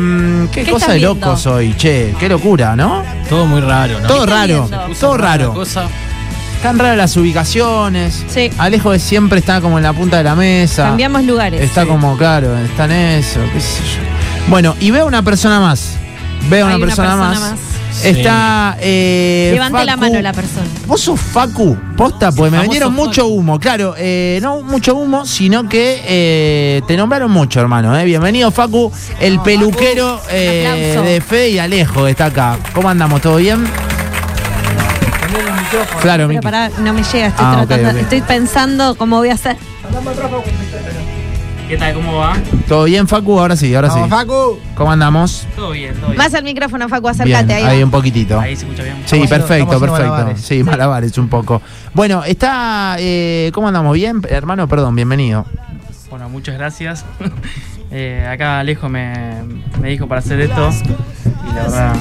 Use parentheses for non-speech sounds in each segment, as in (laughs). Em, qué, ¿Qué cosa estás de viendo? locos hoy, che. Qué locura, ¿no? Todo muy raro, ¿no? Todo estás raro, viendo? Puso todo rara la raro. Cosa. Están raras las ubicaciones. Sí. Alejo de siempre está como en la punta de la mesa. Cambiamos lugares. Está Sí. como, claro, está en eso, qué sé yo. Bueno, y veo a una persona más. Veo a una, Hay persona, más. Sí. Está. eh, Levante la Facu. mano la persona. Vos sos Facu, posta, porque me Famoso vendieron Facu. mucho humo. Claro, eh, no mucho humo, sino que eh, te nombraron mucho, hermano. eh. Bienvenido, Facu, el No, peluquero Facu, eh, un aplauso. de Fede y Alejo, está acá. ¿Cómo andamos? ¿Todo bien? Claro, Pero Miki. pará, no me llega, estoy Ah, ok, tratando, ok. estoy pensando cómo voy a hacer. ¿Qué tal? ¿Cómo va? ¿Todo bien, Facu? Ahora sí, ahora sí. Vamos, Facu. ¿Cómo andamos? Todo bien, todo bien. Más al micrófono, Facu, acércate bien, ahí. ahí em- va. un poquitito. Ahí se escucha bien. Sí, Estamos haciendo- perfecto, estamos haciendo perfecto. malabares. Sí, malabares un poco. Bueno, está. eh, ¿Cómo andamos? ¿Bien? Hermano, perdón, bienvenido. Bueno, muchas gracias. (laughs) Eh, acá Alejo me, me dijo para hacer esto. Y la verdad,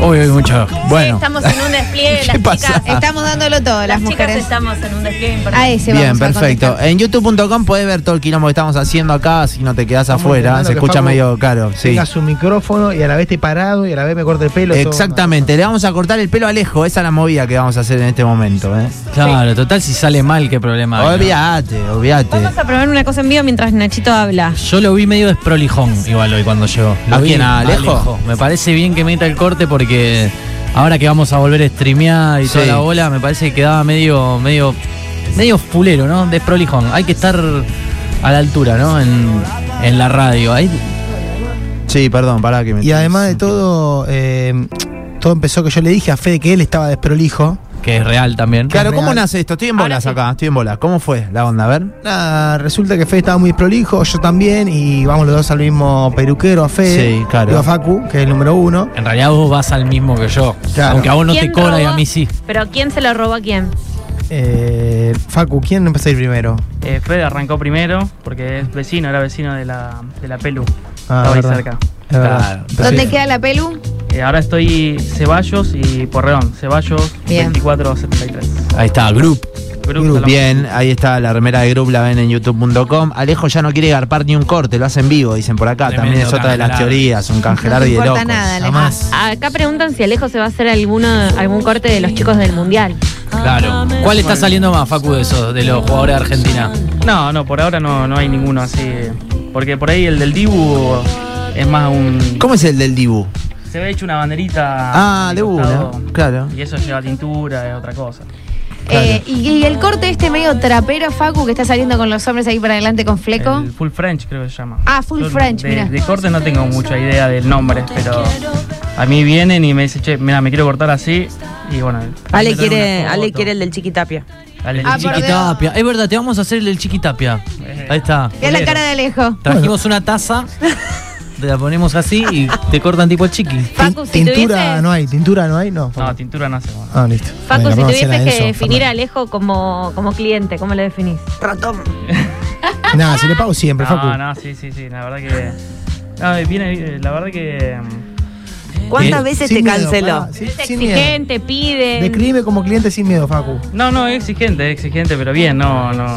Hoy hay mucho. Bueno. Estamos en (laughs) un despliegue, ¿Qué las pasa? chicas, Estamos dándolo todo, las, las chicas mujeres. estamos en un despliegue A importante. ese Bien, vamos a perfecto. contestar. En youtube.com podés ver todo el quilombo que estamos haciendo acá, si no te quedás Estamos afuera, intentando se que escucha Facu medio caro. Sí. Tenga su micrófono y a la vez te parado y a la vez me corta el pelo. todo. Exactamente, le vamos a cortar el pelo a Alejo, esa es la movida que vamos a hacer en este momento. ¿eh? Claro, total, si sale mal, qué problema. hay, ¿no? Obviate, obviate. Vamos a probar una cosa en vivo mientras Nachito habla. Yo lo vi medio desprolijón igual hoy cuando llegó. Lo ¿A vi- quién? ¿A Alejo? Me parece bien que meta el corte porque ahora que vamos a volver a streamear y toda Sí. la bola, me parece que quedaba medio, medio, medio fulero, ¿no? Desprolijón. Hay que estar a la altura, ¿no? En, en la radio. Ahí, Sí, perdón, pará que me. Y además de todo, eh, todo empezó que yo le dije a Fede que él estaba desprolijo. que es real también. Claro, ¿cómo Real. nace esto? Estoy en bolas acá, estoy en bolas. ¿Cómo fue la onda? A ver. Nada, resulta que Fede estaba muy desprolijo, yo también, y vamos los dos al mismo peluquero, a Fede. Sí, claro. Yo a Facu, que es el número uno. En realidad vos vas al mismo que yo. Claro. Aunque a vos no ¿Quién te cobra y a robó? mí sí. Pero ¿quién se lo robó a quién? Eh, Facu, ¿quién empezó a ir primero? eh, Fede arrancó primero porque es vecino, era vecino de la, de la Pelu. Ah, Estaba ahí verdad. cerca. Es verdad. Claro. ¿Dónde Sí. queda la pelu? Eh, ahora estoy Ceballos y Porredón. Ceballos Bien. 2473. Ahí está, Group. Uh, Grupo Salomón. Bien, ahí está la remera de Group, la ven en youtube.com. Alejo ya no quiere garpar ni un corte, lo hace en vivo, dicen por acá. Tremendo También es otra de las cangelar. teorías, un No cangelar te y de importa locos. nada, Alejo. Jamás. Acá preguntan si Alejo se va a hacer alguno, algún corte de los chicos del mundial. Claro. ¿Cuál está saliendo más, Facu, de esos, de los jugadores de Argentina? No, no, por ahora no, no hay ninguno así. Porque por ahí el del Dibu es más un. ¿Cómo es el del Dibu? Se ve hecho una banderita. Ah, al de una, costado. claro. Y eso lleva tintura, es otra cosa. Eh, y, y el corte este medio trapero, Facu, que está saliendo con los hombres ahí para adelante con fleco. El full French creo que se llama. Ah, full Yo French, de, mirá. De corte no tengo mucha idea del nombre, pero a mí vienen y me dicen, che, mira, me quiero cortar así. Y bueno. Ale me traen quiere, una foto. Ale quiere el del Chiquitapia. Al del Ah, chiqui- por Chiquitapia. Es verdad, te vamos a hacer el del Chiquitapia. Ahí está. Mira la cara de Alejo. Trajimos una taza, te la ponemos así y te cortan tipo el chiqui. Facu, si tintura tuviese- no hay, tintura no hay, no. No, tintura no hacemos. Ah, listo. Facu, Bueno, vamos a si tuvieses hacer que a Enzo, definir a Fernández. Alejo como, como cliente, ¿cómo lo definís? Ratón. Nada, se le pago siempre, Facu. No, no, sí, sí, sí. La verdad que. No, viene, eh, la verdad que. mm, ¿Cuántas Eh, veces Sin te miedo, canceló? pará, sí, Es sin miedo. exigente, pide. Describime como cliente sin miedo, (laughs) Facu. No, no, es exigente, es exigente, pero bien, no, no.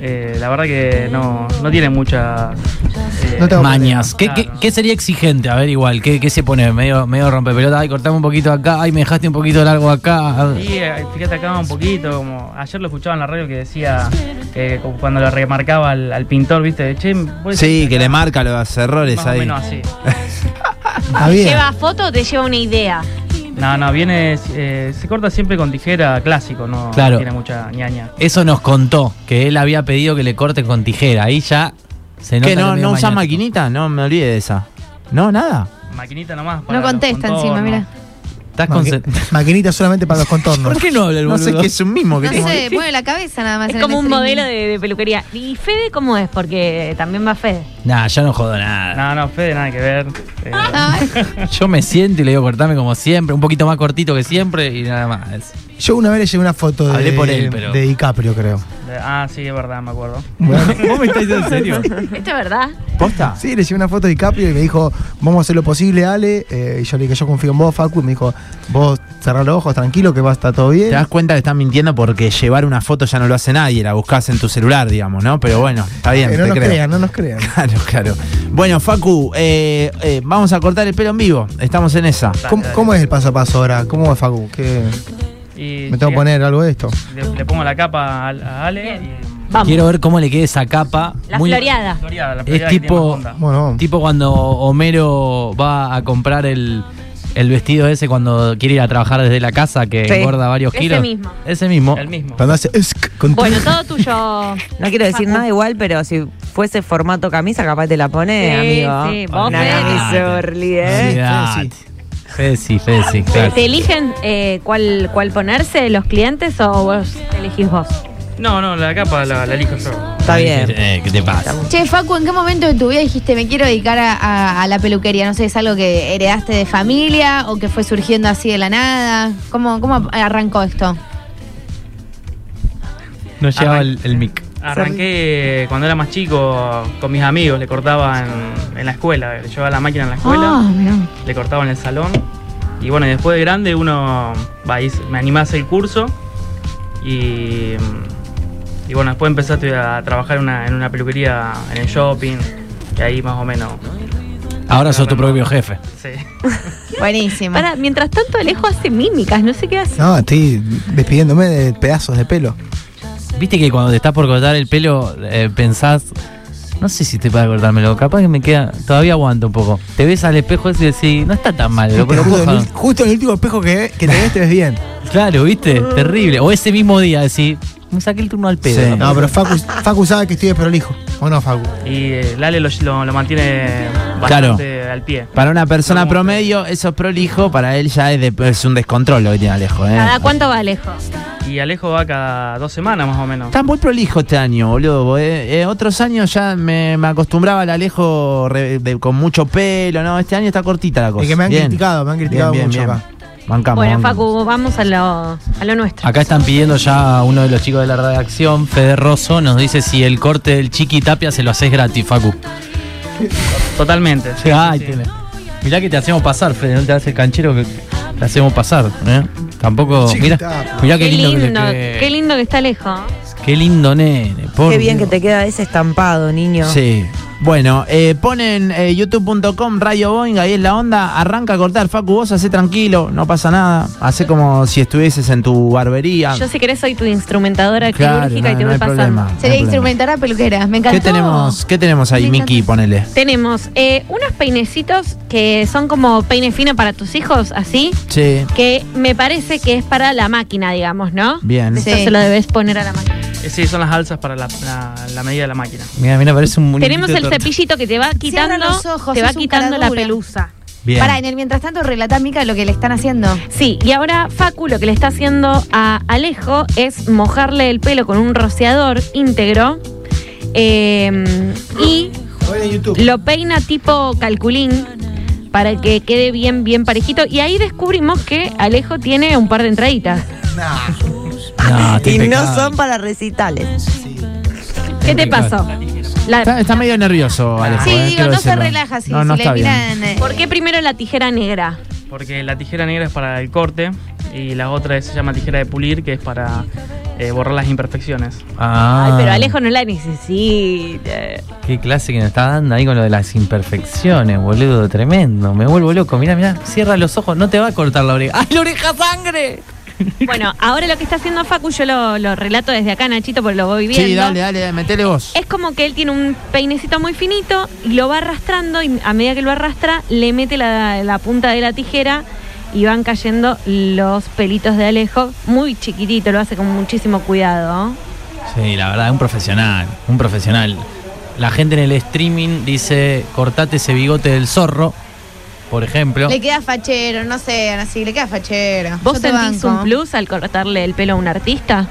eh, la verdad que no, no tiene mucha. eh, No te hago Mañas. ¿Qué, Claro. qué, qué sería exigente? A ver, igual, ¿qué, qué se pone? Medio, medio rompepelota. Ay, cortame un poquito acá. Ay, me dejaste un poquito largo acá. Y eh, fíjate acá un poquito, como ayer lo escuchaba en la radio que decía, eh, como cuando lo remarcaba al, al pintor, viste, che, vos Sí, decís que le acá, marca los errores más o ahí. menos así. Ah, bien. ¿Lleva foto o te lleva una idea? No, no, viene, eh, se corta siempre con tijera clásico, no Claro. tiene mucha ñaña. Eso nos contó, que él había pedido que le corten con tijera. Ahí ya se nota. ¿Qué, lo no, medio no usás mañático. maquinita? No me olvide de esa. No, nada. Maquinita nomás. para No los contesta encima, contornos. mira. Estás Maqui- concentrado. maquinita solamente para los (laughs) contornos. ¿Por qué no habla el No sé boludo? qué es un mismo que No tengo. sé, mueve la cabeza nada más. en Es el como un streaming. modelo de, de peluquería. ¿Y Fede cómo es? Porque también (laughs) va Fede. Nah, ya no jodo nada. No, no, Fede, nada que ver. eh, Ay, Yo me siento y le digo cortame como siempre, un poquito más cortito que siempre y nada más. Yo una vez le llevé una foto de, Hablé por él, pero- de DiCaprio, creo. Ah, sí, es verdad, me acuerdo. (laughs) ¿Vos me estás diciendo en serio? ¿Esto es verdad? ¿Posta? Sí, le llevé una foto de DiCaprio y me dijo, vamos a hacer lo posible, Ale. Eh, y yo le dije, yo confío en vos, Facu. Y me dijo, vos cerrá los ojos, tranquilo, que va a estar todo bien. Te das cuenta que están mintiendo porque llevar una foto ya no lo hace nadie, la buscas en tu celular, digamos, ¿no? Pero bueno, está bien, Eh, no te nos creo. crean, no nos crean. (laughs) Claro, claro. Bueno, Facu, eh, eh, vamos a cortar el pelo en vivo. Estamos en esa. ¿Cómo, cómo es el paso a paso ahora? ¿Cómo es, Facu? ¿Qué- Y ¿Me tengo que llega- poner algo de esto? Le, le pongo la capa a, a Ale. y- Vamos. Quiero ver cómo le queda esa capa. la muy- floreada. Floreada, la Es floreada que tiene tipo- más onda. Bueno, Tipo cuando Homero va a comprar el, el vestido ese cuando quiere ir a trabajar desde la casa, que Sí. engorda varios Ese kilos. mismo. Ese mismo. El mismo. cuando hace esc con- Bueno, todo (laughs) tuyo. No quiero decir Facu. nada igual, pero si fuese formato camisa, capaz te la Eh, pone, Sí, amigo. sí, vos Una Fede. camisorli, ¿eh? Olvidate. Fede sí, Fede sí, claro. ¿Te eligen eh, cuál, cuál ponerse los clientes o vos elegís vos? No, no, la capa la, la elijo yo. Está bien. Eh, ¿Qué te pasa? Che, Facu, ¿en qué momento de tu vida dijiste me quiero dedicar a, a- a la peluquería? No sé, ¿es algo que heredaste de familia o que fue surgiendo así de la nada? ¿Cómo, cómo arrancó esto? No llevaba el, el mic. Arranqué cuando era más chico con mis amigos, le cortaba en, en la escuela, le llevaba la máquina en la escuela, Ah, mirá. le cortaba en el salón. Y bueno, y después de grande uno va y se- me animé a hacer el curso y, y bueno, después empecé a estudiar- a trabajar en una, en una peluquería, en el shopping, y ahí más o menos. Ahora sos tu propio jefe. Sí. Buenísimo. Para, mientras tanto, Alejo hace mímicas, no sé qué hace. No, estoy despidiéndome de pedazos de pelo. Viste que cuando te estás por cortar el pelo, eh, pensás. No sé si te para cortármelo, capaz que me queda. Todavía aguanto un poco. Te ves al espejo ese y decís, no está tan mal, Te lo (laughs) juro, coloco en el- justo en el último espejo que, que te ves, te ves bien. Claro, viste, terrible. O ese mismo día decís, me saqué el turno al pedo. Sí. No, pero Facu, Facu sabe que estoy de prolijo. ¿O no, Facu? Y eh, Lale lo, lo- lo mantiene Claro. bastante al pie. Para una persona No, promedio, eso es prolijo, para él ya es, de- es un descontrol lo que tiene Alejo. ¿eh? ¿Cada cuánto va Alejo? Y Alejo va cada dos semanas más o menos. Está muy prolijo este año, boludo. eh. Eh, otros años ya me, me acostumbraba al Alejo re- de- con mucho pelo, ¿no? Este año está cortita la cosa. Es que me han Bien. criticado, me han criticado mucho acá. Bancamos, Bueno, bancamos. Facu, vamos a lo, a lo nuestro. Acá están pidiendo ya a uno de los chicos de la redacción, Fede Rosso, nos dice si el corte del Chiqui Tapia se lo haces gratis, Facu. Totalmente. sí, sí, Ay, sí. tiene. Mirá que te hacemos pasar, Fede, no te hace el canchero que te hacemos pasar. ¿eh? Tampoco. Chiqui Mirá, Tapia. mirá qué, Qué lindo, que le- Ah. lindo, que- qué lindo que está Alejo. qué lindo nene. por Qué bien que Dios. te queda ese estampado, niño. Sí. Bueno, eh, ponen eh, youtube.com Radio Boeing, ahí es la onda, arranca a cortar, Facu, vos hacé tranquilo, no pasa nada, hacé como si estuvieses en tu barbería. Yo si querés soy tu instrumentadora Claro, quirúrgica y no, te no voy hay pasando. problema, no hay Sería problema. instrumentar a peluquera, me encantó. ¿Qué tenemos, ¿Qué tenemos Me ahí, encantó. Miki? Ponele. Tenemos eh, unos peinecitos que son como peine fino para tus hijos, así, Sí, que me parece que es para la máquina, digamos, ¿no? bien. Eso Sí. se lo debes poner a la máquina. Eh, Sí, son las alzas para la, la- la medida de la máquina. Mirá, mirá, parece un muñequito Tenemos de el torta. cepillito que te va quitando, los ojos, te va es un quitando la caradura. pelusa. Bien. Para, en el mientras tanto, relatá, Mica, lo que le están haciendo. Sí, y ahora Facu lo que le está haciendo a Alejo es mojarle el pelo con un rociador íntegro eh, y Hoy en YouTube. lo peina tipo calculín para que quede bien, bien parejito. Y ahí descubrimos que Alejo tiene un par de entraditas. Nah. No, Ah, está Y no impecable. son para recitales. ¿Qué te pasó? La- Está, está medio nervioso, Ah, Alejo. Sí, eh, digo, quiero no se decirlo. relaja si, No, no si le está bien. miran. eh, ¿Por qué primero la tijera negra? Porque la tijera negra es para el corte y la otra es- se llama tijera de pulir, que es para eh, borrar las imperfecciones. Ah, Ay, pero Alejo no la necesita. Qué clase que nos está dando ahí con lo de las imperfecciones, boludo. Tremendo. Me vuelvo loco. Mirá, mirá. Cierra los ojos. No te va a cortar la oreja. ¡Ah! ¡Ay, la oreja sangre! Bueno, ahora lo que está haciendo Facu, yo lo, lo relato desde acá, Nachito, porque lo voy viendo. Sí, dale, dale, metele vos. Es como que él tiene un peinecito muy finito y lo va arrastrando y a medida que lo arrastra le mete la, la punta de la tijera y van cayendo los pelitos de Alejo. Muy chiquitito, lo hace con muchísimo cuidado. Sí, la verdad, un profesional. Un profesional. La gente en el streaming dice: cortate ese bigote del zorro, por ejemplo. Le queda fachero, no sé, así, le queda fachero. ¿Vos Yo te sentís banco. un plus al cortarle el pelo a un artista?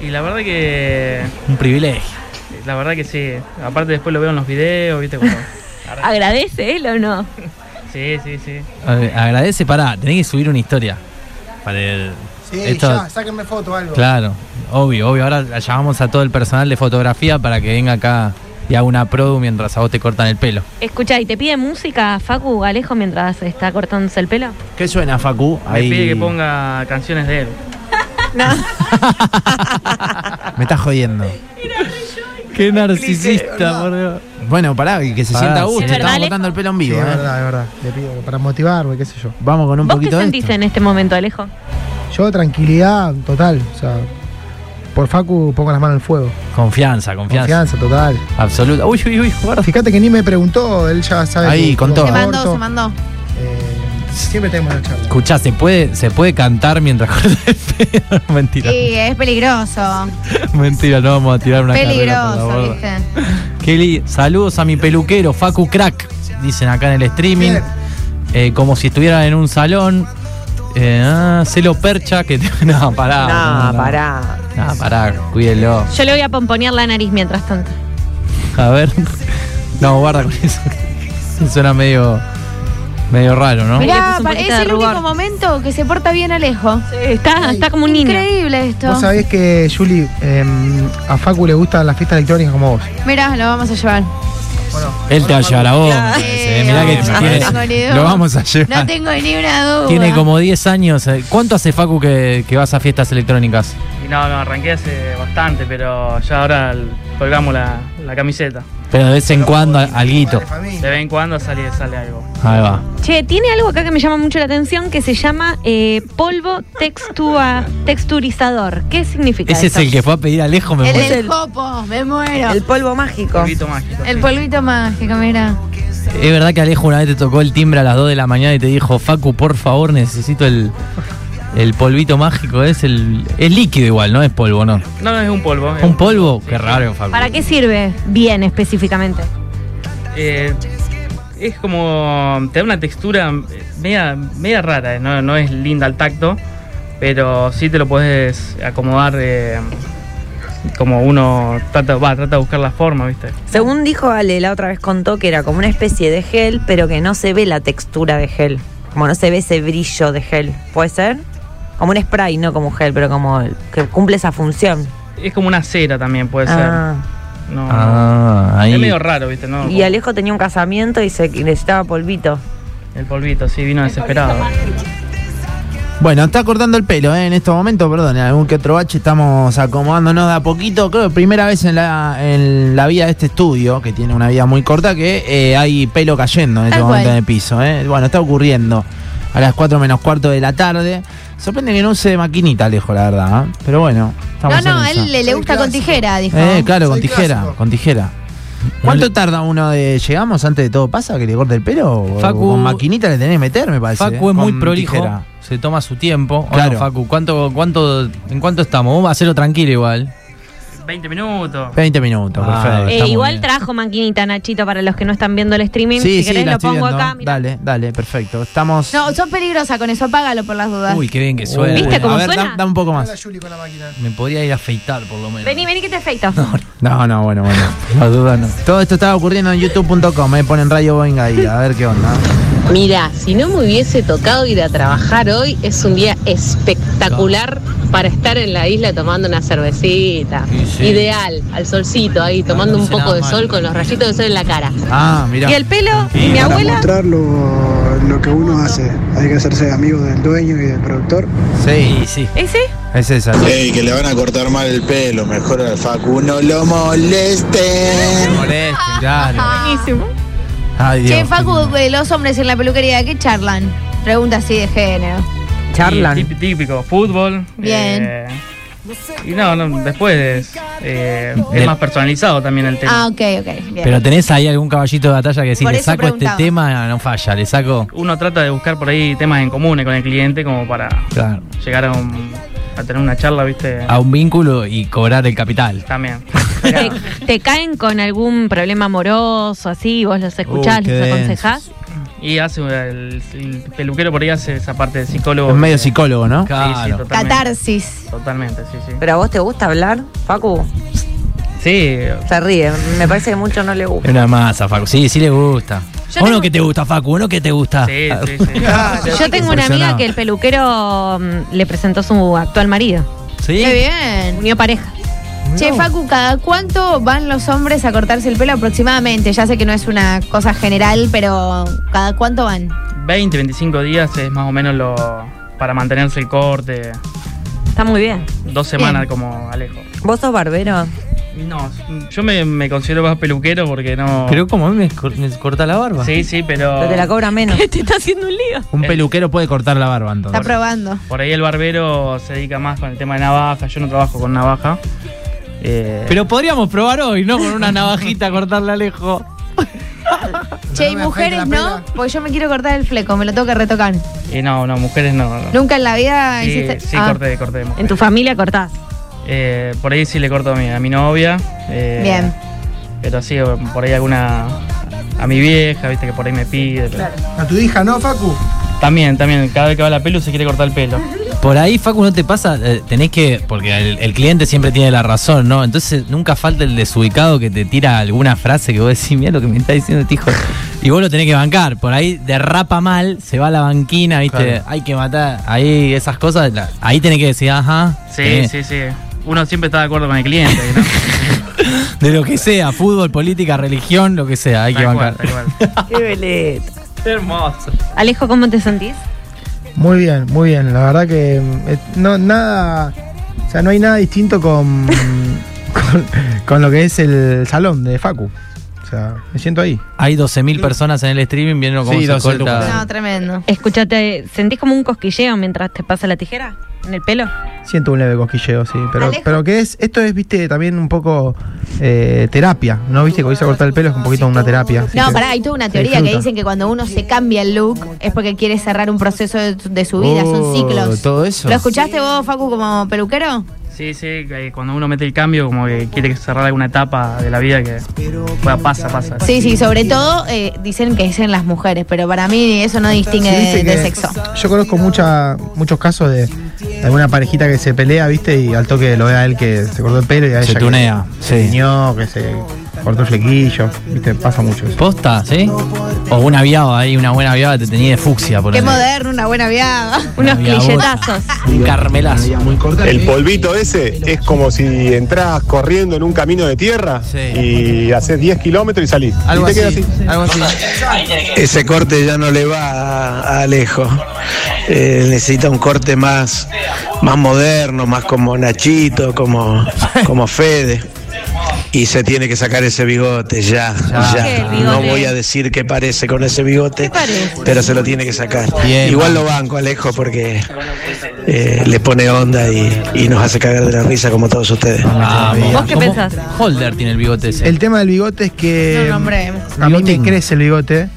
Y la verdad que. Un privilegio. La verdad que sí. Aparte, después lo veo en los videos, ¿viste? Como- ¿Agradece él o (laughs) no? sí, sí, sí. A ver, Agradece, pará. Tenés que subir una historia. Para el- Sí, Esto- ya, sáquenme foto o algo. Claro, obvio, obvio. Ahora llamamos a todo el personal de fotografía para que venga acá y haga una produ mientras a vos te cortan el pelo. Escucha, ¿y te pide música Facu Alejo mientras está cortándose el pelo? ¿Qué suena, Facu? Me pide que ponga canciones de él. Me estás jodiendo. Qué narcisista, por Dios. Bueno, pará, y que se Pará, sienta a sí. gusto. Es verdad, Estamos Alejo. cortando el pelo en Sí, vivo. es eh. verdad, es verdad. Le pido para motivarme, qué sé yo. Vamos con un ¿Vos qué poquito de sentís esto. en este momento, Alejo? Yo tranquilidad total, o sea, por Facu pongo las manos en el fuego. Confianza, confianza. Confianza total. Absoluta. Uy, uy, uy, guarda. Fíjate que ni me preguntó, él ya sabe. Ahí, que- con que todo. Se mandó, corto. se mandó. Eh, siempre tenemos la charla. Escuchá, ¿se puede, se puede cantar mientras (laughs) cortan el pelo. (laughs) mentira, Sí, es peligroso. mentira, no vamos a tirar una carrera por la Peligroso, borda. ¿viste? Qué li- Saludos a mi peluquero, Facu Crack, dicen acá en el streaming. Bien. Eh, como si estuvieran en un salón. Eh, ah, Celo Percha, que... te- (laughs) No, Ah, pará. no, pará. No, pará, cuídelo. Yo le voy a pomponear la nariz mientras tanto. A ver. (laughs) No, guarda con eso. Suena medio. medio raro, ¿no? Le Mirá, puso un pa- es poquito de el único rubor. momento que se porta bien Alejo. Está, está como un niño. Increíble esto. Vos sabés que, Juli, em, a Facu le gustan las fiestas electrónicas como vos. Mirá, lo vamos a llevar. Él te va a llevar a vos. me Claro. parece, eh. Mirá Eh, que no tiene- tengo ni idea. Lo vamos a llevar. No tengo ni una duda. Tiene como 10 años. eh. ¿Cuánto hace Facu que, que vas a fiestas electrónicas? Y no, no, arranqué hace bastante, pero ya ahora l- colgamos la, la camiseta. Pero de vez en cuando, al- alguito. De vez en cuando sale, sale algo. Ahí va. Che, tiene algo acá que me llama mucho la atención que se llama eh, polvo textua, texturizador. ¿Qué significa Ese es eso? el que fue a pedir a Alejo, me El muero. del copo, me muero. El El, polvo mágico. Polvito mágico. sí. polvito mágico, mira. Es verdad que Alejo una vez te tocó el timbre a las 2 de la mañana y te dijo, Facu, por favor, necesito el. El polvito mágico es el. Es líquido igual, no es polvo, ¿no? No, no, es un polvo. es ¿Un polvo? sí, Qué sí. raro, Facu. ¿Para qué sirve bien específicamente? Eh, es como. Te da una textura media, media rara, eh, no, no es linda al tacto, pero sí te lo puedes acomodar eh, como uno trata, va, trata de buscar la forma, ¿viste? Según dijo Ale, la otra vez contó que era como una especie de gel, pero que no se ve la textura de gel. Como no se ve ese brillo de gel. ¿Puede ser? Como un spray, no como gel, pero como el- que cumple esa función. Es como una cera también, puede Ah, ser. No, Ah, ahí. Es medio raro, ¿viste? No, Y Alejo tenía un casamiento y se y necesitaba polvito. El polvito, sí, vino desesperado. Bueno, está cortando el pelo eh, en estos momentos, perdón, en algún que otro bache estamos acomodándonos de a poquito. Creo que primera vez en la, en la vida de este estudio, que tiene una vida muy corta, que eh, hay pelo cayendo en este Tal momento cual. en el piso. eh. Bueno, está ocurriendo a las 4 menos cuarto de la tarde. Sorprende que no use maquinita, lejos, la verdad. ¿eh? Pero bueno, No, estamos en no, a esa. él le, le Soy gusta con clásico. tijera, dijo. Eh, claro, Soy con tijera, clásico. con tijera. ¿Cuánto tarda uno de llegamos antes de todo pasa que le corte el pelo? O Facu- con maquinita le tenés que meter, me parece. Facu eh, es muy con prolijo, tijera. se toma su tiempo. Bueno, Claro. Facu, ¿cuánto, cuánto, ¿en cuánto estamos? Vamos a hacerlo tranquilo igual. 20 minutos. 20 minutos, Ah, perfecto. Está Eh, muy igual bien. trajo maquinita, Nachito, para los que no están viendo el streaming. si querés la lo estoy pongo viendo. acá. mirá. Dale, dale, perfecto. Estamos. Uh, No, sos peligrosa con eso, págalo por las dudas. Uy, qué bien que suena. Ah. ¿Viste cómo A ver, suena? Da, da un poco Hola, más. Juli, con la máquina. Me podría ir a afeitar por lo menos. Vení, vení que te feito. No, no, bueno, bueno. La duda no. (laughs) Todo esto estaba ocurriendo en youtube.com. Eh. Ponen Radio Boeing ahí, a ver qué onda. Mira, si no me hubiese tocado ir a trabajar hoy, es un día espectacular para estar en la isla tomando una cervecita. Sí, sí. Ideal, al solcito ahí, tomando no un hice poco nada de mal. sol con los rayitos de sol en la cara. Ah, mirá. Y el pelo, mi para abuela. mostrar lo, lo que uno hace. Hay que hacerse amigo del dueño y del productor. Sí, Sí, sí. ¿Ese? es esa. sí. Ey, que le van a cortar mal el pelo, mejor al Facu no lo molesten. Molesten, claro. Buenísimo. Ay, Dios. Che, Facu, eh, los hombres en la peluquería, ¿qué charlan? Pregunta así de género. Charlan. Y típ- típico, fútbol. Bien. eh, y no, no, después es, eh, es Del- más personalizado también el tema. Ah, ok, ok. Bien. Pero tenés ahí algún caballito de batalla que si Por le eso saco preguntaba. este tema, no falla, le saco. Uno trata de buscar por ahí temas en común con el cliente como para Claro. llegar a, un- a tener una charla, ¿viste? A un vínculo y cobrar el capital. También. ¿Te, te caen con algún problema amoroso, así? ¿Vos los escuchás, Uy, qué los aconsejás? Y hace el, el peluquero por ahí hace esa parte de psicólogo. Es medio que- psicólogo, ¿no? Sí, sí, Claro. totalmente. Catarsis. Totalmente, sí, sí. ¿Pero a vos te gusta hablar, Facu? Sí, Se ríe. Me parece que mucho no le gusta. Es una masa, Facu. Sí, sí le gusta. Yo Uno tengo- que te gusta, Facu, uno que te gusta. Sí, sí, sí. Yo tengo una amiga Impresionado. que el peluquero mm, le presentó su actual marido. ¿Sí? Qué bien. Unió pareja. Che, Facu, ¿cada cuánto van los hombres a cortarse el pelo aproximadamente? Ya sé que no es una cosa general, pero ¿cada cuánto van? 20, 25 días es más o menos lo para mantenerse el corte. Está muy bien. Dos semanas como Alejo. ¿Vos sos barbero? No, yo me, me considero más peluquero porque no. Pero como a mí me, cor- me corta la barba. Sí, sí, pero. Pero te la (laughs) cobra menos. Te está haciendo un lío. Un Eh. peluquero puede cortar la barba, entonces. Está probando. Por ahí el barbero se dedica más con el tema de navaja. Yo no trabajo con navaja. Eh, Pero podríamos probar hoy, ¿no? Con una navajita cortarla lejos. Che, ¿y me afeite la mujeres no? Porque yo me quiero cortar el fleco, me lo tengo que retocar. y no, no, mujeres no. no. Nunca en la vida Sí, hiciste. sí, Ah, corte, corte de mujer. En tu familia cortás. Eh, por ahí sí le corto a mi, a mi novia. eh, Bien. Pero sí, por ahí alguna. A mi vieja, viste que por ahí me pide. pero- A tu hija, ¿no, Facu? También, también. Cada vez que va la pelu se quiere cortar el pelo. Por ahí, Facu, ¿no te pasa? Eh, tenés que. Porque el, el cliente siempre tiene la razón, ¿no? Entonces nunca falta el desubicado que te tira alguna frase que vos decís, mira lo que me está diciendo este hijo. Y vos lo tenés que bancar. Por ahí derrapa mal, se va a la banquina, ¿viste? Claro. Hay que matar. Ahí esas cosas. la- ahí tenés que decir, ajá. Sí, eh, sí, sí. Uno siempre está de acuerdo con el cliente, ¿no? (laughs) De lo que sea, fútbol, política, religión, lo que sea, hay que Tal cual, bancar. tal cual. (laughs) ¡Qué veleta! Hermoso. Alejo, ¿cómo te sentís? Muy bien, muy bien. La verdad que mm, eh, no nada, o sea, no hay nada distinto con, (laughs) con, con lo que es el salón de Facu. O sea, me siento ahí. Hay 12.000 personas en el streaming viendo cómo Sí, se 12.000 Ah. No, corta. tremendo. Escuchate, ¿sentís como un cosquilleo mientras te pasa la tijera? ¿En el pelo? Siento un leve cosquilleo, sí. Pero, Alejo. pero que es, esto es, viste, también un poco eh, terapia, ¿no? Viste, cuando hice cortar el pelo es un poquito una terapia. así No, que- pará, hay toda una se teoría que disfruta. dicen que cuando uno se cambia el look es porque quiere cerrar un proceso de, de su vida, son Oh, ciclos. Todo eso. ¿Lo escuchaste vos, Facu, como peluquero? Sí, sí, que cuando uno mete el cambio, como que quiere cerrar alguna etapa de la vida que bueno, pasa, pasa. Sí, sí, sobre todo eh, dicen que es en las mujeres, pero para mí eso no distingue Sí, de, de dice que- sexo. Yo conozco mucha, muchos casos de, de alguna parejita que se pelea, ¿viste? Y al toque lo ve a él que se cortó el pelo y a Se ella que tunea, se sí. tiñó, que se cortó el flequillo, ¿viste? Pasa mucho eso. Posta, ¿sí? O una viaba ahí, una buena viaba te tenía de fucsia, por Qué moderno, una buena viada. Unos Había vos. clilletazos. Un carmelazo. El polvito ese es como si entras corriendo en un camino de tierra Sí. y haces 10 kilómetros y salís. Algo y te así, quedas así. algo así. Ese corte ya no le va a, a Alejo. Eh, necesita un corte más, más moderno, más como Nachito, como, como Fede. Y se tiene que sacar ese bigote ya, Ya. ya. ¿Qué, el bigote? No voy a decir qué parece con ese bigote, parece? pero se lo tiene que sacar. Bien, Igual vamos. lo banco, Alejo, porque eh, le pone onda y, y nos hace cagar de la risa como todos ustedes. Vamos. ¿Vos qué ¿Cómo? pensás? Holder tiene el bigote ese. El tema del bigote es que No, no, hombre. a mí me Bigotín. crece el bigote.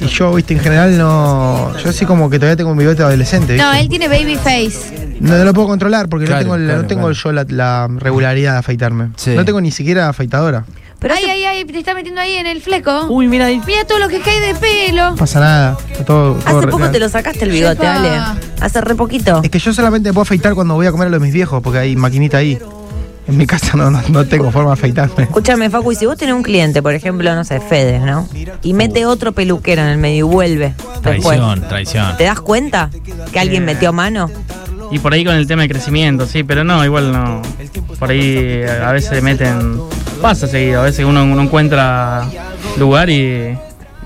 Y yo, viste, en general no. Yo sí como que todavía tengo un bigote adolescente, No, ¿viste? él tiene baby face. No, no lo puedo controlar porque Claro, no tengo, el- claro, no tengo claro. yo la, la regularidad de afeitarme. Sí. No tengo ni siquiera afeitadora. Pero ay, ay, ay, te está metiendo ahí en el fleco. Uy, mira ahí. Mira todo lo que cae de pelo. No pasa nada. Todo, todo Hace poco re- te lo sacaste el bigote, Epa. Ale. Hace re poquito. Es que yo solamente me puedo afeitar cuando voy a comer a los mis viejos, porque hay maquinita ahí. En mi casa no, no, no tengo forma de afeitarme. Escúchame, Facu, y si vos tenés un cliente, por ejemplo, no sé, Fede, ¿no? Y mete otro peluquero en el medio y vuelve después. Traición, traición. ¿Te das cuenta que alguien metió mano? Y por ahí con el tema de crecimiento, sí, pero no, igual no. Por ahí eh, a veces le meten. Pasa seguido, a veces uno, uno encuentra lugar y,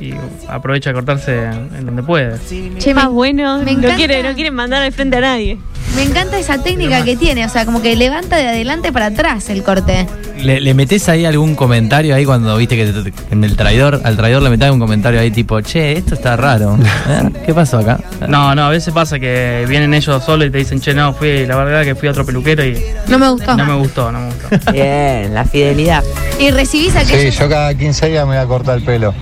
y aprovecha a cortarse en donde puede. Che, me, Más bueno. Me no, encanta. quiere, no quieren mandar al frente a nadie. me encanta esa técnica que tiene. O sea, como que levanta de adelante para atrás el corte. ¿Le, le metés ahí algún comentario ahí cuando viste que te- te- en el traidor, al traidor le metés un comentario ahí tipo, che, esto está (laughs) raro. ¿Eh? ¿Qué pasó acá? No, no, a veces pasa que vienen ellos solos y te dicen, che, no, fui, la verdad que fui a otro peluquero y No me gustó. no me gustó, no me gustó. Bien, la fidelidad. Y recibís aquello. Sí, yo cada 15 días me voy a cortar el pelo.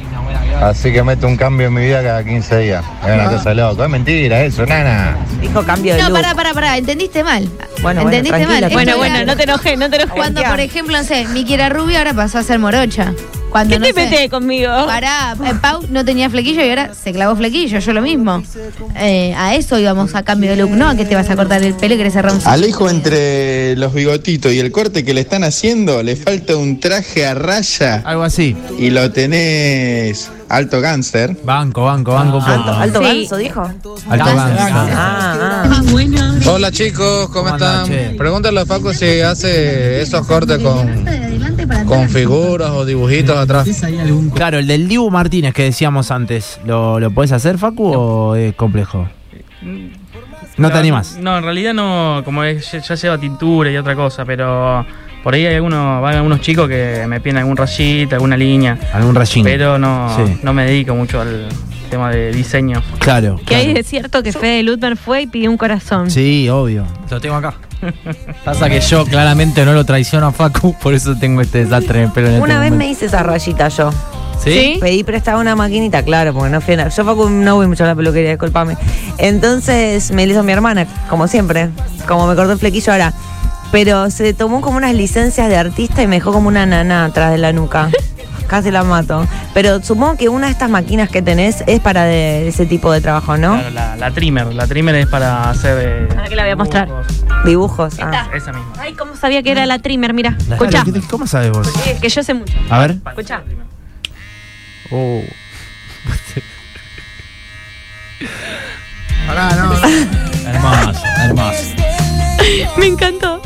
Así que meto un cambio en mi vida cada 15 días. Es una cosa loca. Es mentira eso, nana. Dijo cambio de No, look. pará, pará, pará. Entendiste mal. Bueno, bueno, Entendiste tranquila, mal. Esto tranquila. era Bueno, bueno, no te enojes, no te enojes. Cuando, por ejemplo, no sé, Miki era rubia, ahora pasó a ser morocha. Cuando ¿Qué no te sé, metés conmigo? Pará, eh, Pau no tenía flequillo y ahora se clavó flequillo, yo lo mismo. Eh, a eso íbamos a cambio de look, no a que te vas a cortar el pelo y querés cerrar un Alejo entre los bigotitos y el corte que le están haciendo, le falta un traje a raya Algo así. y lo tenés Alto Gangster. Banco, banco, banco. Alto, poco. alto Sí. ganso, dijo. Alto banco. Ah, ah. Hola chicos, ¿cómo Buenas están? noches. Pregúntale a Paco si hace esos cortes con, con figuras o dibujitos atrás. Claro, el del Dibu Martínez que decíamos antes, ¿lo, lo podés hacer, Facu, o es complejo? No te La- animás. No, en realidad no, como es- ya ya lleva tintura y otra cosa, pero por ahí hay algunos, van algunos chicos que me piden algún rayita, alguna línea, Algún rayín. pero no, Sí. no me dedico mucho al tema de diseño. Claro. Que claro. hay de cierto que Fede Lutmer fue y pidió un corazón. Sí, obvio. Lo tengo acá. Pasa que yo claramente no lo traiciono a Facu, por eso tengo este desastre en el pelo en este Una vez me momento. hice esa rayita yo. ¿Sí? Pedí prestada una maquinita, claro, porque no fui a la- Yo Facu, no voy mucho a la peluquería, discúlpame. Entonces me la hizo mi hermana, como siempre. Como me cortó el flequillo ahora. Pero se tomó como unas licencias de artista y me dejó como una nana atrás de la (laughs) nuca. Casi la mato. Pero supongo que una de estas máquinas que tenés es para de- ese tipo de trabajo, ¿no? Claro, la, la trimmer, la trimmer es para hacer... eh, Ahora Ah, que la voy a mostrar. dibujos, Dibujos. Ah. Esa misma. Ay, cómo sabía que era la trimmer, mira. Escuchá. Claro, ¿qué- ¿Cómo sabes vos? Sí, es que yo sé mucho. A ver. Escuchá. Pará, no. Hermoso, hermoso. Me encantó.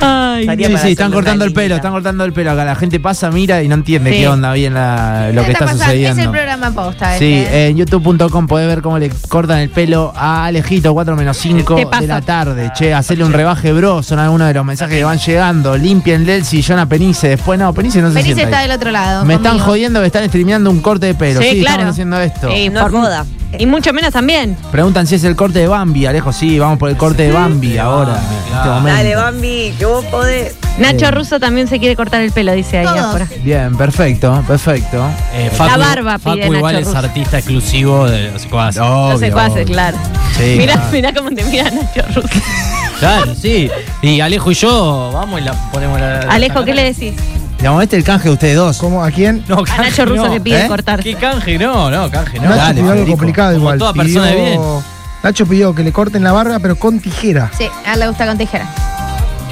Ay. Estaría Sí, para sí, están hacerle cortando una el pelo, linita. están cortando el pelo acá. La gente pasa, mira y no entiende Sí. qué onda bien la- lo que está, pasando? Es el sucediendo. programa posta. Sí, este, ¿eh? en youtube.com podés ver cómo le cortan el pelo a Alejito, 4 menos 5 Te paso. de la tarde. Che, hacerle un rebaje, bro. Son algunos de los mensajes que van llegando. Limpienle el sillón a Penice. Después, no, Penice no se Feliz sienta está ahí. del otro lado. Me están conmigo. jodiendo que están streameando un corte de pelo. Sí, Sí, claro. estamos haciendo esto. Sí, No es moda. Y mucho menos también. Preguntan si es el corte de Bambi, Alejo. Sí, vamos por el corte de Bambi ahora. Bambi, en este claro. momento. Dale, Bambi, que vos podés. Nacho Eh. Russo también se quiere cortar el pelo, dice ahí Todos. afuera. Bien, perfecto, perfecto. Eh, Facu, La barba Facu pide igual Nacho es Russo. artista exclusivo de los cuadros. No Obvio, sé cuál hacer, obvio. claro. Sí, mirá, claro. mirá cómo te mira Nacho (laughs) Russo. Claro, sí. Y Alejo y yo vamos y la ponemos la. la- Alejo, la- ¿qué le decís? Digamos, este es el canje de ustedes dos. ¿Cómo? ¿A quién? No, A canje Nacho Russo no. que pide ¿Eh? cortar. ¿Qué canje? No, no, canje, no. Nacho dale, pidió algo Federico. complicado Como igual. toda persona de bien. Nacho pidió que le corten la barba, pero con tijera. Sí, a él le gusta con tijera.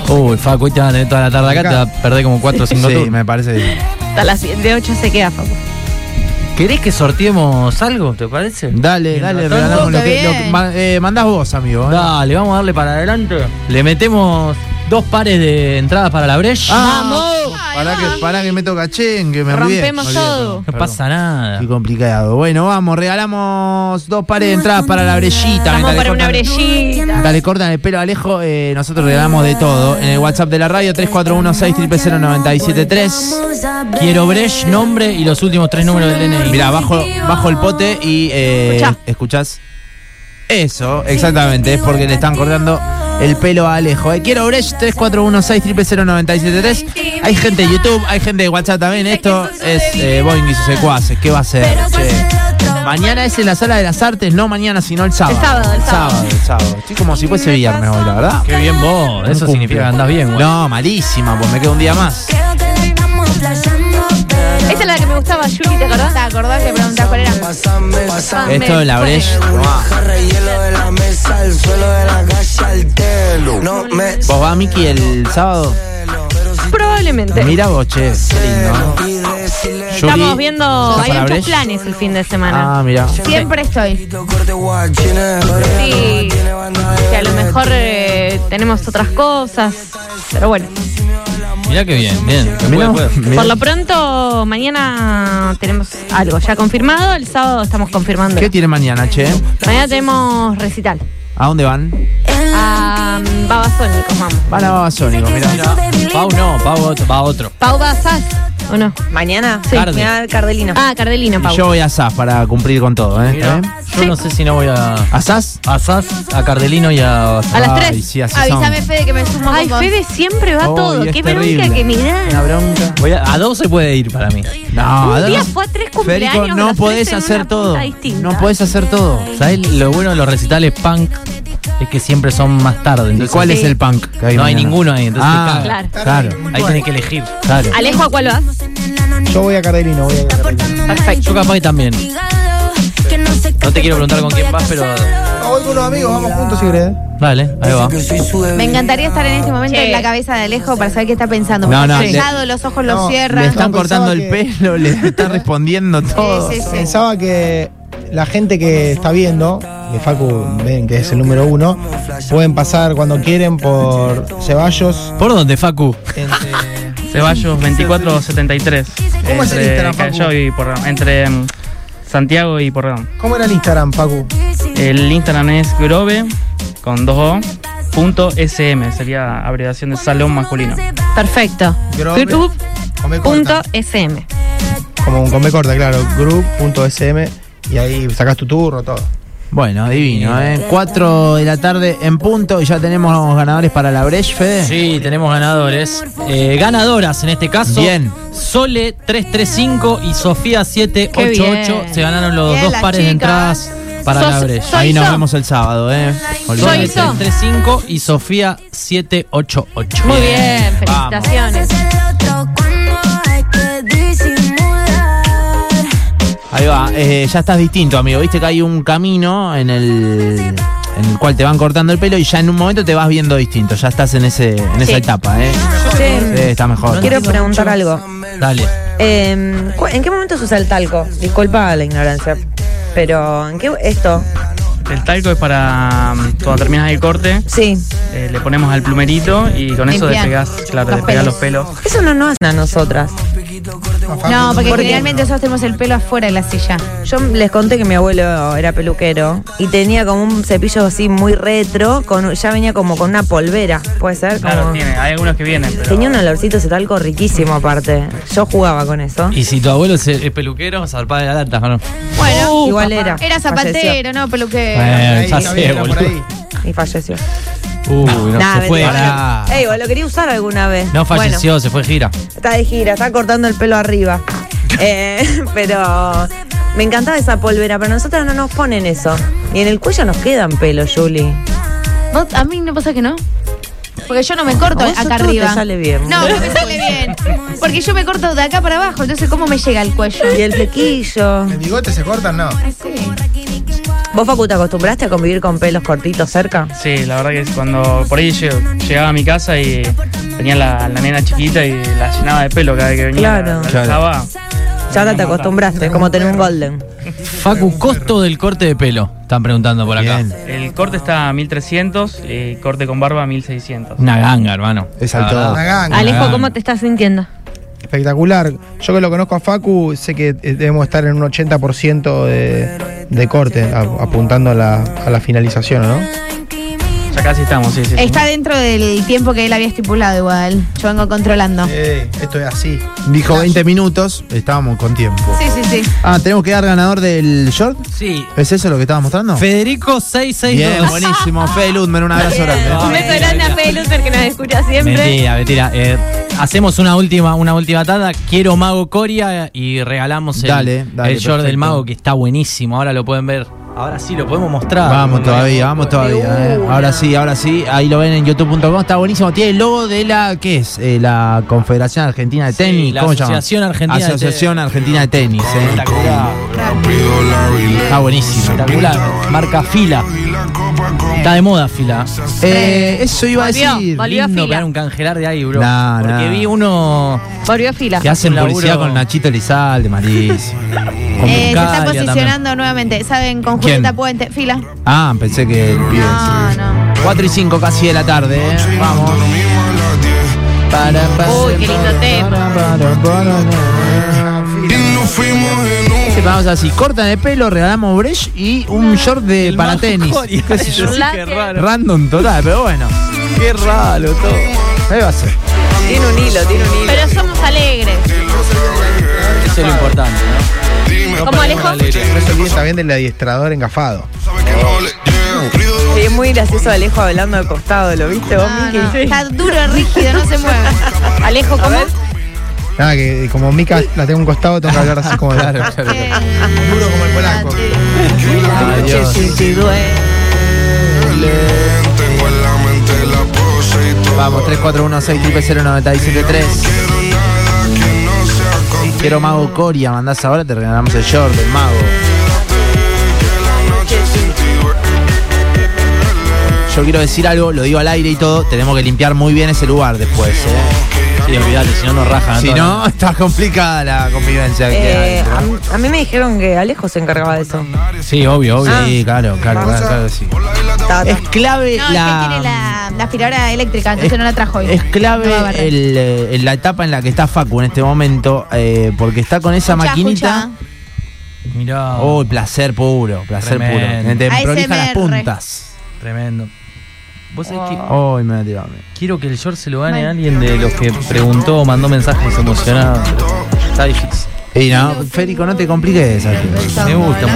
Uy, Facu, hoy te van a tener toda la tarde acá, te va a perder como 4 o 5 Sí, me parece bien. Hasta las 7 de 8 se queda, Facu. ¿Querés que sorteemos algo, te parece? Dale, Mientras dale, tanto- regalamos lo Qué que, lo bien. que- ma- eh, mandás vos, amigo. ¿eh? Dale, vamos a darle para adelante. Le metemos dos pares de entradas para la brecha. Ah, Pará que, pará que me toca chen, que me olvidé. Rompemos Me olvidé, todo. perdón, No perdón. pasa nada. Qué complicado. Bueno, vamos, regalamos dos pares de entradas para la brellita. Vamos Mientras para le una cortan- brellita. Mientras le cortan el pelo a Alejo, eh, nosotros regalamos de todo. En el WhatsApp de la radio, 341-600973. Quiero Bresh, nombre y los últimos tres números del DNI. Mirá, bajo, bajo el pote y eh, Escuchá. escuchás. Eso, exactamente, es porque le están cortando el pelo a Alejo. eh. Quiero Bresh 341-600973. Hay gente de YouTube, hay gente de WhatsApp también. Esto es eh, Boeing y sus secuaces. ¿Qué va a ser? che? Mañana es en la sala de las artes, no mañana, sino el sábado. El sábado, el sábado. el sábado. Estoy como si fuese viernes hoy, la verdad. Qué bien vos. Eso Un significa que andás bien, güey. No, malísima, pues me queda un día más. Esa es la que me gustaba, Yuri, ¿te acordás? ¿Te acordás que preguntás cuál era? Esto de la Bresh. ¿Vos vas, Miki, el sábado? Probablemente. Mira vos, che, qué lindo. Estamos Yuri, viendo, ¿estás hay a la muchos brecha? planes el fin de semana. Ah, mira. Siempre estoy. Sí, que a lo mejor eh, tenemos otras cosas, pero bueno. Mirá qué bien, bien. Que puede, puede. Por lo pronto, mañana tenemos algo ya confirmado, el sábado estamos confirmando. ¿Qué tiene mañana, che? Mañana tenemos recital. ¿A dónde van? A um, Babasónicos, vamos. Van a Babasónico, mira. Pau no, Pau otro- va otro. ¿Pau Basas o no? ¿Mañana? Sí. Me da el cardelino. Ah, Cardelino, Pau. Y yo voy a SAS para cumplir con todo, ¿eh? Mirá, ¿Eh? Ah. Yo no sé si no voy a. ¿A SAS? A Sas, a Cardelino y a. A las Ay, tres. sí, así Avísame, son. Fede, que me sumo Ay, con vos. Fede siempre va a Ay, todo. es Qué bronca terrible. que me Una da. bronca. Voy a, a 12 puede ir para mí. No, Un día no. fue a tres cumpleaños. Federico, los no tres podés en una hacer punta todo. distinta. No podés hacer todo. ¿Sabes? Lo bueno de los recitales punk es que siempre son más tarde. ¿Y Entonces, cuál Sí. es el punk? que No hay mañana? ninguno ahí, entonces Ah, te claro. cagas. Claro. Ahí tenés que elegir. Alejo, ¿a cuál vas? Yo voy a Cardelino, voy a Cardelino. Yo capaz que también. No te quiero preguntar con quién vas, pero. voy con unos amigos, vamos juntos si querés. Dale, ahí va. Me encantaría estar en este momento Che. en la cabeza de Alejo para saber qué está pensando. No, Porque no, está le- callado, los ojos No, los Le cierran. están No, pensaba cortando el que- pelo, le están respondiendo todo. Sí, sí, sí. Pensaba que la gente que está viendo, que Facu ven que es el número uno, pueden pasar cuando quieren por Ceballos. ¿Por dónde, Facu? entre- Este- Ceballos 2473. ¿Cómo es el Entre Instagram, Facu? Callao y Porredón. Entre mm, Santiago y Porredón. ¿Cómo era el Instagram, Facu? El Instagram es grobe con 2 o punto sm sería abreviación de salón masculino. Perfecto. Grobe. Come corta. Group.sm. Como un come corta, claro. Group.sm y ahí sacás tu turno, todo. Bueno, divino, ¿eh? 4 de la tarde en punto y ya tenemos los ganadores para la Breche, Fede. Sí, tenemos ganadores. Eh, ganadoras en este caso. Bien. Sole 335 y Sofía Qué 788. bien. Se ganaron los Bien, dos las pares de chicas. entradas para Sos- la brecha. soy Ahí nos yo. vemos el sábado, ¿eh? Soy Sole Olvídate. yo. 335 y Sofía 788. Muy bien, Vamos. felicitaciones. Ahí va, eh, ya estás distinto, amigo. Viste que hay un camino en el, en el cual te van cortando el pelo y ya en un momento te vas viendo distinto. Ya estás en ese en esa Sí. etapa, ¿eh? Sí, Che, está mejor. quiero preguntar algo. Dale. Eh, cu- ¿En qué momento se usa el talco? Disculpa la ignorancia. Pero, ¿en qué esto? El talco es para mm, cuando terminas el corte, Sí. eh, le ponemos al plumerito y con eso Limpian despegás, claro, los despegás los pelos. pelos. Eso no nos hacen a nosotras. No, porque generalmente nosotros tenemos el pelo afuera de la silla. Yo les conté que mi abuelo era peluquero y tenía como un cepillo así muy retro, con ya venía como con una polvera, puede ser. Como... Claro, tiene, hay algunos que vienen, pero Tenía un olorcito ese talco riquísimo aparte. Yo jugaba con eso. Y si tu abuelo es, es peluquero, zarpá de la lata, ¿o ¿no? Bueno, Igual era. Uh, era zapatero, no peluquero. Eh, Ahí, ya está bien, sé, era por boludo. ahí. Falleció. Y falleció. Uy, no, Nah, se fue. mentira. pará. Ey, lo quería usar alguna vez. No Eh, Bueno. falleció, se fue de gira. Está de gira, está cortando el (laughs) pelo arriba. Eh, pero me encantaba esa polvera, pero a nosotras no nos ponen eso. Y en el cuello nos quedan pelos, Julie. ¿Vos- a mí no pasa que no. Porque yo no me corto A vos acá todo arriba. te sale bien. No, no me sale bien. Porque yo me corto de acá para abajo, entonces ¿cómo me llega el cuello? Y el flequillo. ¿El bigote se cortan? No. ¿Vos, Facu, te acostumbraste a convivir con pelos cortitos cerca? sí, la verdad que es cuando por ahí llego- llegaba a mi casa y tenía la, la nena chiquita y la llenaba de pelo cada vez que venía. Claro. la- la Claro. dejaba. Ya ahora te acostumbraste, es como tener un golden. Facu, costo del corte de pelo. Están preguntando por acá. Bien. El corte está a 1300 y corte con barba a 1600. Una ganga, hermano. Es La al todo. verdad. Una ganga. Alejo, ¿cómo te estás sintiendo? Espectacular. Yo que lo conozco a Facu, sé que eh, debemos estar en un 80% de, de corte, a- apuntando a la, a la finalización, ¿no? Ya casi estamos, sí, sí. sí. Está dentro del tiempo que él había estipulado igual. Yo vengo controlando. esto es así. Dijo 20 minutos, estábamos con tiempo. Sí, sí, sí. Ah, tenemos que dar ganador del short. Sí. ¿Es eso lo que estaba mostrando? Federico Bien, 662. buenísimo. Fede Ludmer, un abrazo Un grande. beso grande a Fede Luther que nos escucha siempre. Mentira, mentira. Eh, hacemos una última, una última tanda. Quiero Mago Coria y regalamos el, Dale, dale, el short del perfecto. Mago que está buenísimo. Ahora lo pueden ver. Ahora sí lo podemos mostrar. Vamos Cuando todavía, veamos. vamos todavía. eh. una. Ahora sí, ahora sí. Ahí lo ven en youtube.com. Está buenísimo. Tiene el logo de la, ¿qué es? Eh, la Confederación Argentina de Sí, Tenis. la ¿Cómo se llama? Asociación Argentina de Asociación Argentina de Tenis. eh. Espectacular. Está buenísimo. Espectacular. Marca fila. Está de moda fila. Eh, eso iba a Volvió, decir. volvió. Valió Lindo fila. pegar un canjerar de ahí, bro. Nah, Porque nah. vi uno Volvió a fila. Que hacen Un laburo. publicidad con Nachito Elizalde, Marís. Con Eh, se está Bucalia posicionando nuevamente. ¿Saben? Con Julieta ¿Quién? Puente. Fila. Ah, pensé que el pibe. No, no. 4 y 5 casi de la tarde, ¿eh? Vamos. Para, para, Uy, qué lindo tema. Sí, Vamos así, cortan el pelo, regalamos bresh y Ah. un short de para tenis. Qué sé yo. Chocolate. Random total, pero bueno. Qué raro todo. Ahí va a ser. Tiene un hilo, tiene un hilo. Pero somos alegres. Eso es lo importante, ¿Cómo Alejo? No se olviden también del adiestrador engafado. Sí, es muy gracioso Alejo hablando de costado, ¿lo viste vos, No, Miki? no. Está duro, rígido, no se mueve. Alejo, ¿cómo? Nada, que como Mica la tengo a un costado, tengo que hablar así como claro. Eh, Duro como el polaco. Adiós. Sí, sí, duele. Vamos, 3416 Quiero Mago Coria, mandás ahora, te regalamos el short del Mago. yo quiero decir algo, lo digo al aire y todo, tenemos que limpiar muy bien ese lugar después. ¿eh? Sí, olvidate, si no nos rajan. Si Antonio. no, está complicada la convivencia. que hay, Eh, ¿no? a, mí- a mí me dijeron que Alejo se encargaba de eso. Sí, obvio, obvio. Ah. Sí, claro, claro, claro, claro, sí. Ta- ta- Es clave No, es que Eh, la... tiene la, la aspiradora eléctrica, entonces Es- no la trajo hoy. Es No clave va a barrer. el, eh, la etapa en la que está Facu en este momento, eh, porque está con esa Escuchá, maquinita. Mirá. Oh, placer puro, placer Tremendo. puro. Te prolija las ASMR. puntas. Tremendo. Vos sabés que Oh, me la tiró a mí. quiero que el short se lo gane a alguien de los que preguntó o mandó mensajes emocionados. pero Está difícil. Y no, Federico, no te compliques. al final. Me gusta,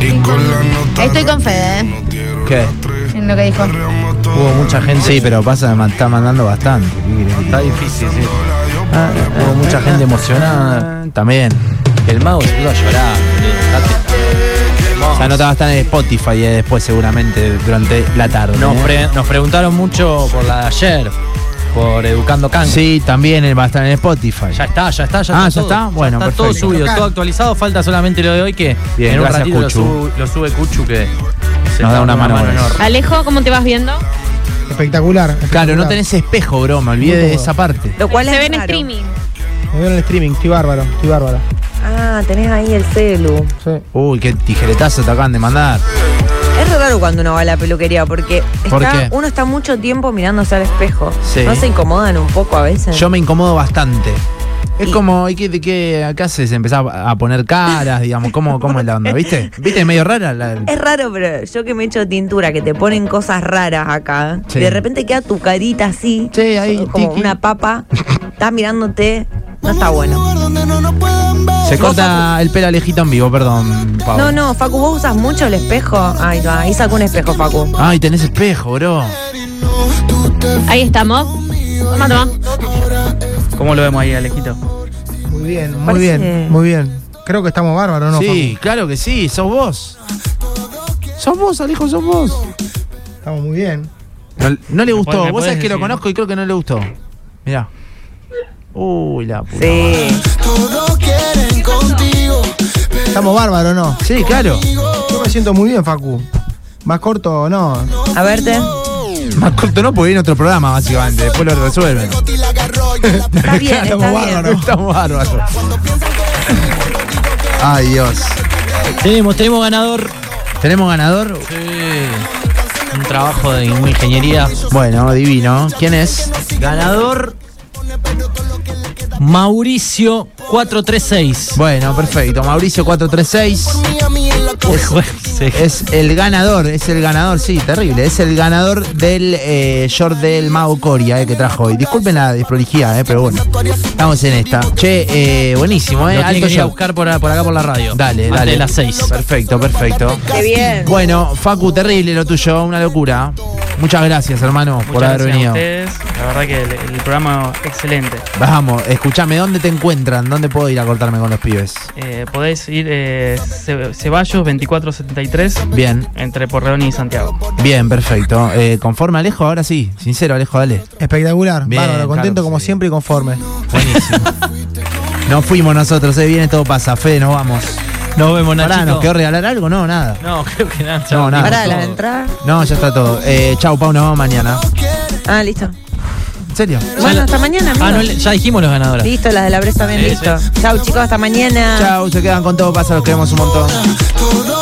escuchá. Estoy con Fede, eh, ¿Qué? en lo que dijo. Hubo mucha gente. Sí, pero pasa, ma- está mandando bastante. ¿qué querés? Está difícil, sí. Ah, Hubo mucha gente emocionada. ah, También. El mago se puso a llorar. O sea, no te va a estar en Spotify eh, después seguramente durante la tarde. Nos, ¿eh? pre- nos preguntaron mucho por la de ayer, por Educando Can. Sí, también él va a estar en Spotify. Ya está, ya está, ya Ah, ¿ya está. está? Bueno, está todo perfecto. subido, todo actualizado. Falta solamente lo de hoy que Bien, en un gracias, ratito lo, Cuchu. sub- lo sube Cuchu que se Nos da pone una mano con eso. enorme. Alejo, ¿cómo te vas viendo? Espectacular. Claro, espectacular. no tenés espejo, bro, me olvidé de esa parte. Lo cual Se es ve en raro. streaming. Me veo en el streaming, estoy bárbaro, estoy bárbaro. Ah, tenés ahí el celu. Sí. Uy, qué tijeretazo te acaban de mandar. Es re raro cuando uno va a la peluquería porque ¿Por está- qué? uno está mucho tiempo mirándose al espejo. Sí. ¿No se incomodan un poco a veces? Yo me incomodo bastante. Es como, ¿y qué, de qué, qué haces? Empezás a poner caras, digamos, ¿cómo, cómo es la onda? ¿Viste? ¿Viste? Es medio rara la. Es raro, pero yo que me echo tintura, que te ponen cosas raras acá, Sí. de repente queda tu carita así, Sí, ahí, como tiki. una papa, estás mirándote, no está bueno. Se corta el pelo alejito en vivo, perdón, Pablo. No, no, Facu, vos usas mucho el espejo. Ay, no, ahí saco un espejo, Facu. Ay, tenés espejo, bro. Ahí estamos. Toma, toma. ¿Cómo lo vemos ahí, Alejito? Muy bien, muy Parece- bien, muy bien. Creo que estamos bárbaros, ¿no? sí, claro que sí, sos vos. Sos vos, Alejo, sos vos. Facu? Estamos muy bien. No, no le gustó. me Vos podés sabés que lo decir. conozco y creo que no le gustó. Mirá. Uy, la puta. Sí. Estamos bárbaros, ¿no? Sí, claro. Yo me siento muy bien, Facu. Más corto, no. A verte. Más corto no, porque viene otro programa, básicamente. Después lo resuelven. (laughs) Está bien, está bien. Estamos bárbaros. Ay, Dios. Tenemos, tenemos ganador. ¿Tenemos ganador? Un trabajo de ingeniería. Bueno, divino. ¿Quién es? Ganador. Mauricio (laughs) 436. Bueno, perfecto. Mauricio 436 Este. es el ganador, es el ganador, sí, terrible. Es el ganador del eh, short del Mago Coria eh, que trajo hoy. Disculpen la desprolijidad, eh, pero bueno. Estamos en esta. Che, eh, buenísimo, ¿eh? Lo tienen que ir a short. buscar por, a- por acá por la radio. Dale, Antes dale. de las 6. Perfecto, perfecto. Qué bien. Bueno, Facu, terrible lo tuyo, una locura. Muchas gracias, hermano, por Muchas haber gracias venido. a ustedes. La verdad que el, el programa excelente. Vamos, escúchame, ¿dónde te encuentran? ¿Dónde puedo ir a cortarme con los pibes? Eh, podés ir eh, Ce- Ceballos 2473 Bien, entre Porreón y Santiago. bien, perfecto. Eh, conforme Alejo, ahora sí, sincero, Alejo, dale. Espectacular, Bien, bárbaro, contento claro, como sí. siempre y conforme. Buenísimo. Nos fuimos nosotros, eh, viene todo pasa, Fede, nos vamos. Nos vemos, Pará, ¿nos Nachito. quedó regalar algo? No, nada. No, creo que nada. No, nada. Para las entradas. No, ya está todo. Eh, chau, Pau, nos vemos mañana. Ah, listo. ¿En serio? Bueno, hasta mañana, Ah, no, amigo. ya dijimos los ganadores. Listo, las de la bresa también, Sí, listo. Chau, chicos, hasta mañana. Chau, se quedan con todo pasa, los queremos un montón. Todo